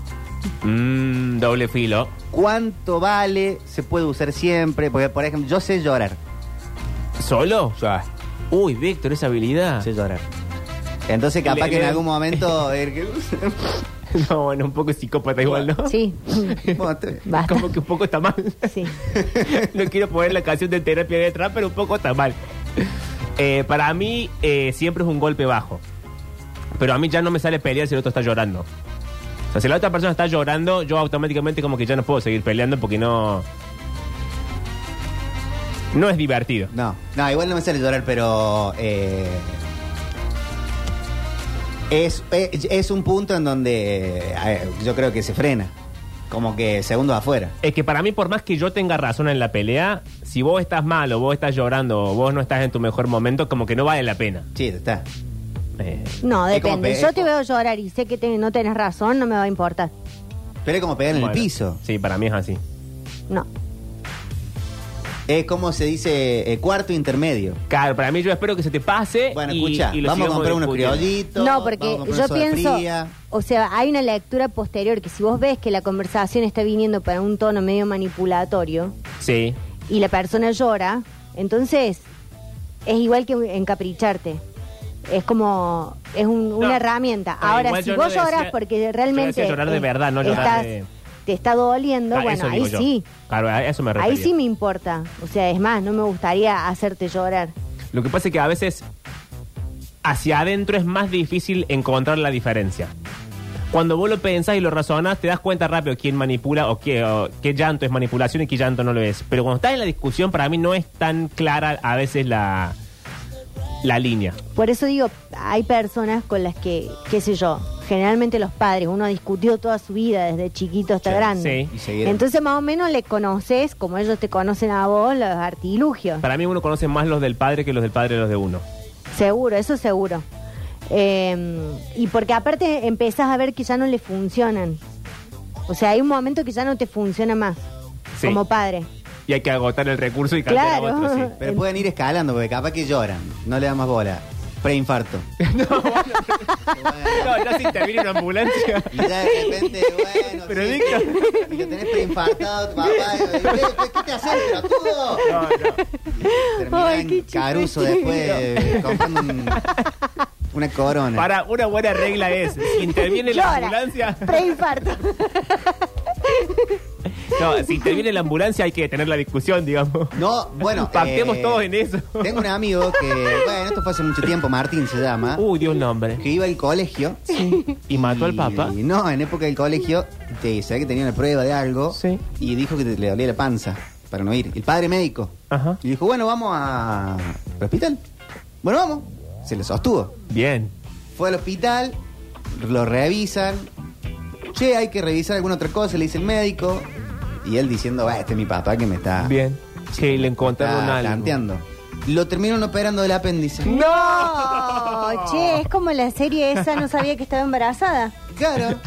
Speaker 2: Mm, doble filo.
Speaker 1: ¿Cuánto vale? ¿Se puede usar siempre? Porque, por ejemplo, yo sé llorar.
Speaker 2: ¿Solo? Uy, Víctor, esa habilidad.
Speaker 1: Ah. Sé llorar. Entonces, capaz
Speaker 2: Le-
Speaker 1: que en
Speaker 2: le-
Speaker 1: algún momento. eh,
Speaker 2: No, bueno, un poco psicópata igual, ¿no?
Speaker 3: Sí.
Speaker 1: Bueno, te-
Speaker 3: Basta.
Speaker 2: Como que un poco está mal.
Speaker 3: Sí.
Speaker 2: no quiero poner la canción de terapia detrás, pero un poco está mal. Eh, para mí eh, siempre es un golpe bajo. Pero a mí ya no me sale pelear si el otro está llorando. O sea, si la otra persona está llorando, yo automáticamente como que ya no puedo seguir peleando porque no... No es divertido.
Speaker 1: No, no, igual no me sale llorar, pero. eh, es, es, es un punto en donde eh, yo creo que se frena. Como que segundos afuera.
Speaker 2: Es que para mí, por más que yo tenga razón en la pelea, si vos estás mal o vos estás llorando o vos no estás en tu mejor momento, como que no vale la pena.
Speaker 1: Sí, está.
Speaker 2: Eh,
Speaker 3: No,
Speaker 1: Es como
Speaker 3: depende.
Speaker 1: pe-
Speaker 3: Yo te veo llorar y sé que te- no tenés razón, no me va a importar.
Speaker 1: Pero es como pegar en
Speaker 2: bueno,
Speaker 1: el piso.
Speaker 2: Sí, para mí es así.
Speaker 3: No.
Speaker 1: Es como se dice eh, cuarto intermedio.
Speaker 2: Claro, para mí yo espero que se te pase.
Speaker 1: Bueno,
Speaker 2: y-
Speaker 1: escucha,
Speaker 2: y lo
Speaker 1: vamos a
Speaker 2: sigamos
Speaker 1: comprar unos
Speaker 2: discutiendo.
Speaker 1: criollitos.
Speaker 3: No, porque
Speaker 1: vamos a comprar
Speaker 3: yo
Speaker 1: una soda
Speaker 3: pienso,
Speaker 1: fría.
Speaker 3: o sea, hay una lectura posterior que si vos ves que la conversación está viniendo para un tono medio manipulatorio
Speaker 2: Sí.
Speaker 3: y la persona llora, entonces es igual que encapricharte. Es como, es un- una
Speaker 2: No.
Speaker 3: herramienta.
Speaker 2: Pero
Speaker 3: Ahora,
Speaker 2: igual
Speaker 3: si
Speaker 2: yo
Speaker 3: vos
Speaker 2: no
Speaker 3: lloras
Speaker 2: decía-
Speaker 3: porque
Speaker 2: yo
Speaker 3: realmente...
Speaker 2: decía llorar de
Speaker 3: eh,
Speaker 2: verdad, no llorar
Speaker 3: estás-
Speaker 2: de-
Speaker 3: Te está doliendo,
Speaker 2: Ah,
Speaker 3: bueno,
Speaker 2: eso digo
Speaker 3: ahí
Speaker 2: yo.
Speaker 3: sí.
Speaker 2: Claro, a eso me refiero.
Speaker 3: Ahí sí me importa. O sea, es más, no me gustaría hacerte llorar.
Speaker 2: Lo que pasa es que a veces hacia adentro es más difícil encontrar la diferencia. cuando vos lo pensás y lo razonás, te das cuenta rápido quién manipula o qué, o qué llanto es manipulación y qué llanto no lo es. Pero cuando estás en la discusión, para mí no es tan clara a veces la, la línea.
Speaker 3: Por eso digo, hay personas con las que, qué sé yo, generalmente los padres, uno discutió toda su vida desde chiquito hasta
Speaker 2: Sí,
Speaker 3: grande.
Speaker 2: sí.
Speaker 1: Y seguir.
Speaker 3: Entonces más o menos le conoces, como ellos te conocen a vos, los artilugios.
Speaker 2: Para mí uno conoce más los del padre que los del padre de los de uno.
Speaker 3: Seguro, eso seguro. Eh, y porque aparte empezás a ver que ya no le funcionan. O sea, hay un momento que ya no te funciona más
Speaker 2: Sí.
Speaker 3: como padre.
Speaker 2: Y hay que agotar el recurso y cambiar
Speaker 3: Claro.
Speaker 2: a otro, sí.
Speaker 1: Pero pueden ir escalando, porque capaz que lloran. No le da más bola. Preinfarto.
Speaker 2: No, ya se interviene una ambulancia.
Speaker 1: Y ya de repente, bueno,
Speaker 2: Pero
Speaker 1: sí,
Speaker 2: Víctor.
Speaker 1: y lo tenés preinfartado, tu papá. y, "Eh, ¿Qué te haces, pelotudo?
Speaker 2: No, no.
Speaker 1: Termina
Speaker 3: Ay,
Speaker 1: en
Speaker 3: qué
Speaker 1: Caruso
Speaker 3: chiquitito.
Speaker 1: después eh, comprando un- una corona.
Speaker 2: Para, una buena regla es, si interviene la
Speaker 3: Llora.
Speaker 2: ambulancia,
Speaker 3: Preinfarto.
Speaker 2: no, si interviene la ambulancia hay que tener la discusión, digamos.
Speaker 1: No, bueno. eh,
Speaker 2: Pactemos todos en eso.
Speaker 1: Tengo un amigo que, bueno, esto fue hace mucho tiempo, Martín se llama,
Speaker 2: Uy, dio un nombre.
Speaker 1: que iba al colegio.
Speaker 2: Y mató al papa.
Speaker 1: Y no, en época del colegio, te sabía que tenía una prueba de algo
Speaker 2: Sí.
Speaker 1: y dijo que te- le dolía la panza para no ir. El padre médico.
Speaker 2: Ajá.
Speaker 1: Y dijo, bueno, vamos a- al hospital. Bueno, vamos. Se le sostuvo.
Speaker 2: Bien.
Speaker 1: Fue al hospital, lo revisan. Che, hay que revisar alguna otra cosa, le dice el médico. Y él diciendo, va, este es mi papá que me está,
Speaker 2: Bien. Que le encontraron
Speaker 1: está
Speaker 2: algo.
Speaker 1: planteando. Lo terminaron operando del apéndice.
Speaker 3: No, che, es como la serie esa, no sabía que estaba embarazada.
Speaker 1: Claro.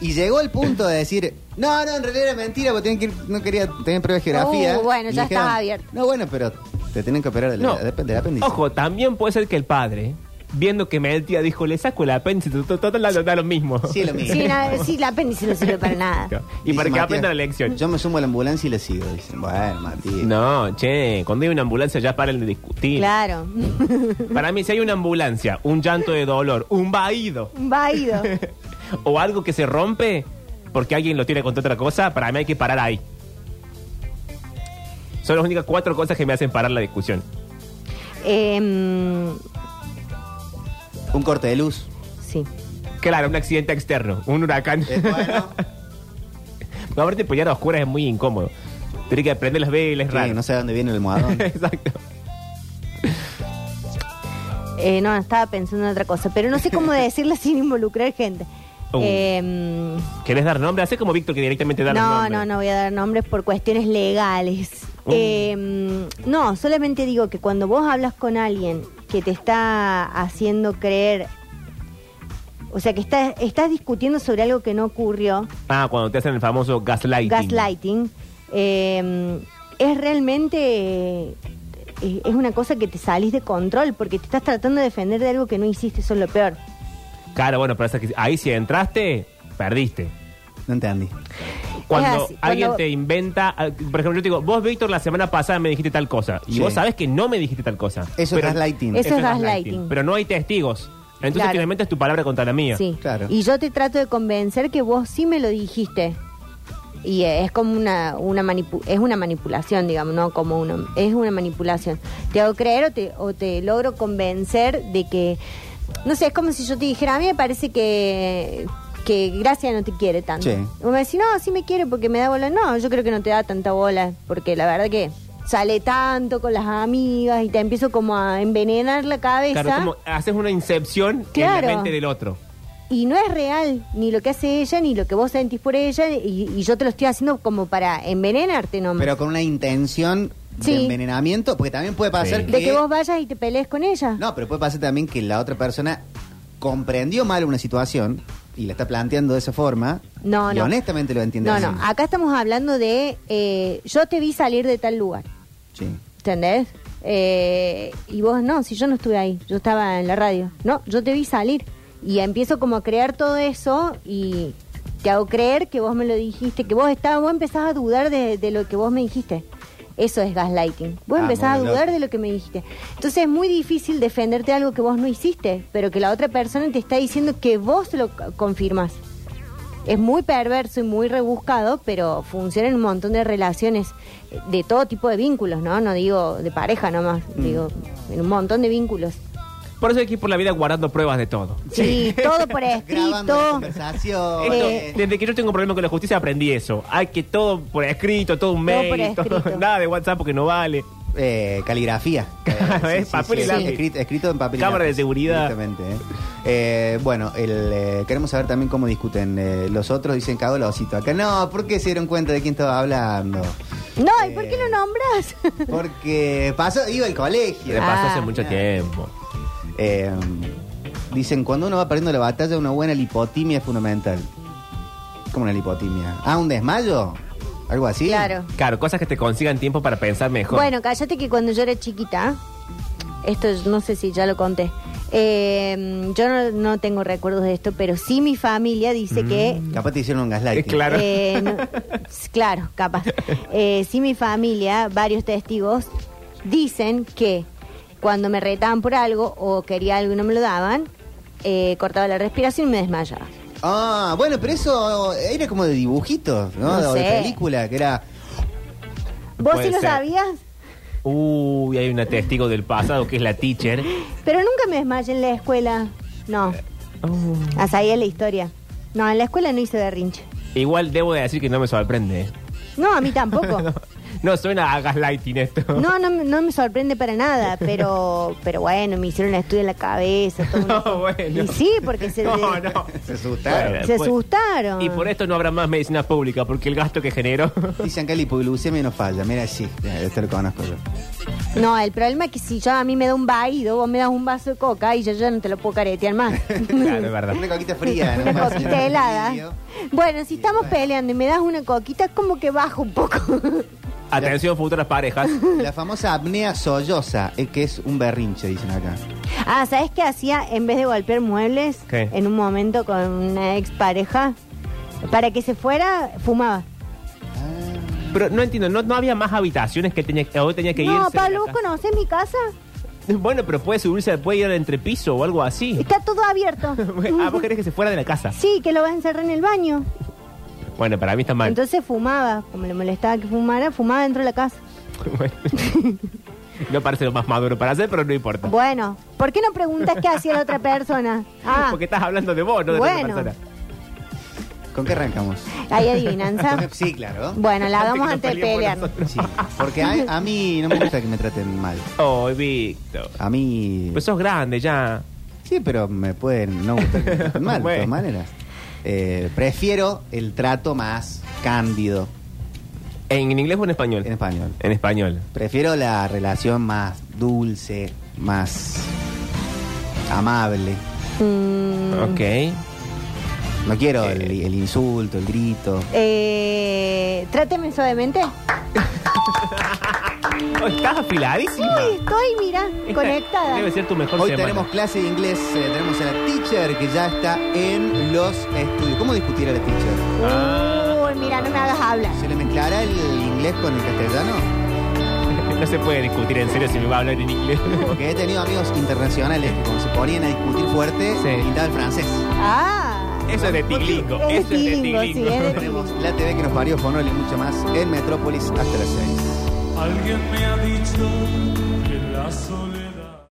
Speaker 1: Y llegó al punto de decir, no, no, en realidad era mentira, porque tienen que ir- no quería tener prueba de geografía.
Speaker 3: Uh, bueno,
Speaker 1: Y
Speaker 3: ya
Speaker 1: dijeron,
Speaker 3: estaba abierto.
Speaker 1: No, bueno, pero te tienen que operar del,
Speaker 2: No.
Speaker 1: del- del apéndice.
Speaker 2: Ojo, también puede ser que el padre, viendo que mentía, dijo, le saco el apéndice, total, total, da lo mismo.
Speaker 1: Sí, es lo mismo.
Speaker 3: Sí, na- sí, la apéndice no sirve para
Speaker 2: No.
Speaker 3: nada.
Speaker 2: Y para
Speaker 1: Dice
Speaker 2: que
Speaker 1: Matías,
Speaker 2: aprenda la lección.
Speaker 1: Yo me sumo a la ambulancia y le sigo. Dicen, bueno, Matías.
Speaker 2: No, che, cuando hay una ambulancia ya paren de discutir.
Speaker 3: Claro.
Speaker 2: Para mí, si hay una ambulancia, un llanto de dolor, un vaído
Speaker 3: Un vaído.
Speaker 2: o algo que se rompe porque alguien lo tiene contra otra cosa, para mí hay que parar ahí. Son las únicas cuatro cosas que me hacen parar la discusión.
Speaker 3: Em,
Speaker 1: Un corte de luz.
Speaker 3: sí.
Speaker 2: Claro, un accidente externo, un huracán.
Speaker 1: Eh, bueno,
Speaker 2: No, aparte, pues, pelear a oscuras es muy incómodo. Tienes que prender las velas, es
Speaker 1: sí,
Speaker 2: raro.
Speaker 1: no sé dónde viene el almohadón.
Speaker 2: Exacto.
Speaker 3: Eh, no, estaba pensando en otra cosa, pero no sé cómo decirla sin involucrar gente.
Speaker 2: Uh.
Speaker 3: Em,
Speaker 2: ¿Querés dar nombre? Hace como Víctor que directamente da
Speaker 3: no,
Speaker 2: nombre.
Speaker 3: no, no voy a dar nombres por cuestiones legales.
Speaker 2: Uh.
Speaker 3: Em, no, solamente digo que cuando vos hablas con alguien que te está haciendo creer, o sea, que estás, estás discutiendo sobre algo que no ocurrió,
Speaker 2: Ah, cuando te hacen el famoso gaslighting.
Speaker 3: gaslighting, eh, es realmente eh, es una cosa que te salís de control porque te estás tratando de defender de algo que no hiciste, eso es lo peor.
Speaker 2: Claro, bueno, pero esa que- ahí si entraste, perdiste.
Speaker 1: No entendí.
Speaker 2: Cuando
Speaker 3: así,
Speaker 2: alguien
Speaker 3: cuando-
Speaker 2: te inventa, ah, por ejemplo, yo te digo, vos, Víctor, la semana pasada me dijiste tal cosa. Y
Speaker 1: Sí.
Speaker 2: vos sabés que no me dijiste tal cosa.
Speaker 1: Eso es gaslighting.
Speaker 3: Eso es gaslighting.
Speaker 2: Pero no hay testigos. Entonces,
Speaker 3: Claro.
Speaker 2: finalmente es tu palabra contra la mía.
Speaker 3: Sí.
Speaker 1: Claro.
Speaker 3: Y yo te trato de convencer que vos sí me lo dijiste. Y eh, es como una, una manipu- es una manipulación, digamos, no como uno, es una manipulación. Te hago creer o te, o te logro convencer de que, no sé, es como si yo te dijera, a mí me parece que, que Gracia no te quiere tanto.
Speaker 1: Sí.
Speaker 3: Y vos me decís, no, sí me quiere porque me da bola. No, yo creo que no te da tanta bola, porque la verdad que sale tanto con las amigas y te empiezo como a envenenar la cabeza.
Speaker 2: Claro, es como haces una incepción en
Speaker 3: Claro.
Speaker 2: la mente del otro.
Speaker 3: Y no es real ni lo que hace ella, ni lo que vos sentís por ella, y, y yo te lo estoy haciendo como para envenenarte nomás.
Speaker 1: Pero con una intención de
Speaker 3: Sí.
Speaker 1: envenenamiento, porque también puede pasar
Speaker 2: Sí.
Speaker 1: que...
Speaker 3: de que vos vayas y te pelees con ella.
Speaker 1: No, pero puede pasar también que la otra persona comprendió mal una situación y la está planteando de esa forma.
Speaker 3: No,
Speaker 1: y
Speaker 3: no.
Speaker 1: honestamente lo entiende
Speaker 3: No,
Speaker 1: así.
Speaker 3: no, acá estamos hablando de eh, yo te vi salir de tal lugar,
Speaker 1: Sí.
Speaker 3: ¿entendés? Eh, y vos no, si yo no estuve ahí, yo estaba en la radio. No, yo te vi salir y empiezo como a crear todo eso y te hago creer que vos me lo dijiste, que vos estabas, vos empezás a dudar de, de lo que vos me dijiste. Eso es gaslighting. Vos
Speaker 1: Ah,
Speaker 3: empezás a
Speaker 1: muy
Speaker 3: dudar
Speaker 1: loco.
Speaker 3: de lo que me dijiste. Entonces es muy difícil defenderte de algo que vos no hiciste, pero que la otra persona te está diciendo que vos lo c- confirmás. Es muy perverso y muy rebuscado, pero funciona en un montón de relaciones eh, de todo tipo de vínculos, ¿no? No digo de pareja nomás, digo en un montón de vínculos.
Speaker 2: Por eso hay que ir por la vida guardando pruebas de todo.
Speaker 3: Sí, todo por
Speaker 1: Grabando las
Speaker 3: escrito.
Speaker 1: conversaciones.
Speaker 2: Esto,
Speaker 3: Eh.
Speaker 2: desde que yo tengo problemas con la justicia aprendí eso. Hay que todo por escrito, todo un
Speaker 3: Todo
Speaker 2: mail,
Speaker 3: por
Speaker 2: todo-
Speaker 3: escrito.
Speaker 2: nada de WhatsApp porque no vale.
Speaker 1: Eh, caligrafía. Eh,
Speaker 2: ¿Ves? Papel y lápiz.
Speaker 1: Escrito, escrito en papel y
Speaker 2: Cámara de
Speaker 1: lápiz,
Speaker 2: seguridad.
Speaker 1: directamente, eh. Eh, bueno, el, eh, queremos saber también cómo discuten eh, los otros. Dicen cagolosito. Acá no, ¿por qué se dieron cuenta de quién estaba hablando?
Speaker 3: No, ¿y por qué lo nombras?
Speaker 1: Porque pasó, iba al colegio.
Speaker 2: Le pasó
Speaker 3: Ah,
Speaker 2: hace mucho tiempo.
Speaker 1: Eh, dicen, cuando uno va perdiendo la batalla, una buena lipotimia es fundamental. ¿Cómo una lipotimia? Ah, un desmayo. Algo así.
Speaker 3: Claro.
Speaker 2: Claro, cosas que te consigan tiempo para pensar mejor.
Speaker 3: Bueno, cállate que cuando yo era chiquita, esto es- no sé si ya lo conté, eh, yo no, no tengo recuerdos de esto, pero sí mi familia dice que...
Speaker 1: Capaz te hicieron un
Speaker 2: Eh,
Speaker 1: gaslighting.
Speaker 2: claro.
Speaker 3: eh, no- claro, capaz. Eh, sí mi familia, varios testigos, dicen que cuando me retaban por algo o quería algo y no me lo daban, eh, cortaba la respiración y me desmayaba.
Speaker 1: Ah, bueno, pero eso era como de dibujitos, ¿no?
Speaker 3: No
Speaker 1: O de
Speaker 3: sé.
Speaker 1: película, que era.
Speaker 3: ¿Vos
Speaker 2: Puede
Speaker 3: sí lo
Speaker 2: ser.
Speaker 3: sabías?
Speaker 2: Uy, hay una testigo del pasado que es la teacher.
Speaker 3: Pero nunca me desmayé en la escuela. No,
Speaker 2: Uh,
Speaker 3: hasta ahí es la historia. No, en la escuela no hice berrinche.
Speaker 2: Igual debo de decir que no me sorprende.
Speaker 3: No, a mí tampoco.
Speaker 2: No suena a gaslighting esto.
Speaker 3: No, no, me- no me sorprende para nada, pero pero bueno, me hicieron un estudio en la cabeza. todo una
Speaker 2: No,
Speaker 3: cosa.
Speaker 2: bueno.
Speaker 3: Y sí, porque se,
Speaker 2: No, no.
Speaker 1: Se asustaron.
Speaker 2: Bueno.
Speaker 3: se
Speaker 2: Pues-
Speaker 3: asustaron.
Speaker 2: Y por esto no habrá más medicina pública, porque el gasto que generó.
Speaker 1: Dicen que la hipoglucemia no falla. Mira, sí, ya, esto lo conozco yo.
Speaker 3: No, el problema es que si yo a mí me da un vaído, vos me das un vaso de coca y yo ya no te lo puedo caretear más.
Speaker 2: claro, es verdad.
Speaker 1: Una coquita fría, ¿no?
Speaker 3: Una
Speaker 1: Más,
Speaker 3: coquita
Speaker 1: señora.
Speaker 3: helada. Bueno, si estamos peleando y me das una coquita, como que bajo un poco.
Speaker 2: Atención, futuras parejas.
Speaker 1: La famosa apnea solloza, eh, que es un berrinche, dicen acá.
Speaker 3: Ah, ¿sabes qué hacía en vez de golpear muebles
Speaker 2: ¿Qué?
Speaker 3: en un momento con una expareja? Para que se fuera, fumaba.
Speaker 2: Pero no entiendo, no, no había más habitaciones que tenía, que- o tenía que
Speaker 3: no,
Speaker 2: irse.
Speaker 3: Pablo, ¿vos conocés mi casa?
Speaker 2: Bueno, pero puede subirse, puede ir al entrepiso o algo así.
Speaker 3: Está todo abierto.
Speaker 2: Ah, vos querés que se fuera de la casa.
Speaker 3: sí, que lo vas a encerrar en el baño.
Speaker 2: Bueno, para mí está mal.
Speaker 3: Entonces fumaba, como le molestaba que fumara, fumaba dentro de la casa.
Speaker 2: Bueno. no parece lo más maduro para hacer, pero no importa.
Speaker 3: Bueno, ¿por qué no preguntas qué hacía la otra persona? Ah,
Speaker 2: Porque estás hablando de vos, no de
Speaker 3: Bueno.
Speaker 2: la otra persona.
Speaker 1: ¿Con qué arrancamos?
Speaker 3: hay adivinanza.
Speaker 1: Sí, claro.
Speaker 3: Bueno,
Speaker 2: Antes
Speaker 3: la hagamos
Speaker 2: que nos
Speaker 3: antes de
Speaker 2: peleemos
Speaker 3: pelear.
Speaker 2: nosotros.
Speaker 1: Sí, porque a, a mí no me gusta que me traten mal.
Speaker 2: Oh, Víctor.
Speaker 1: A mí.
Speaker 2: Pues sos grande ya.
Speaker 1: Sí, pero me pueden no gustar que me traten mal, de
Speaker 2: Bueno.
Speaker 1: todas maneras. Eh, prefiero el trato más cándido
Speaker 2: ¿En, en inglés o en español?
Speaker 1: en español.
Speaker 2: En español.
Speaker 1: Prefiero la relación más dulce, más amable.
Speaker 3: Mm,
Speaker 2: Ok.
Speaker 1: No quiero el,
Speaker 2: Eh.
Speaker 1: el insulto, el grito.
Speaker 3: eh, Tráteme suavemente.
Speaker 2: Oh, estás afiladísima.
Speaker 3: Uy, estoy, mira,
Speaker 2: Esta
Speaker 3: conectada.
Speaker 2: Debe ser tu mejor
Speaker 1: Hoy
Speaker 2: semana.
Speaker 1: tenemos clase de inglés, eh, tenemos a la teacher que ya está en los estudios. ¿Cómo discutir a la teacher?
Speaker 3: Uy, mira, no me hagas hablar.
Speaker 1: ¿Se le mezclará el inglés con el castellano?
Speaker 2: No se puede discutir en serio si me va a hablar en inglés.
Speaker 1: Porque he tenido amigos internacionales que cuando se ponían a discutir fuerte,
Speaker 2: Sí.
Speaker 1: pintaba el francés.
Speaker 3: Ah.
Speaker 2: Eso es de tiglingo.
Speaker 3: Es de
Speaker 2: Eso es de
Speaker 3: tiglingo, sí,
Speaker 2: tiglingo.
Speaker 3: es de-
Speaker 1: Tenemos la TV que nos parió, Fonol y mucho más en Metrópolis hasta las 6.
Speaker 4: Alguien me ha dicho que la soledad.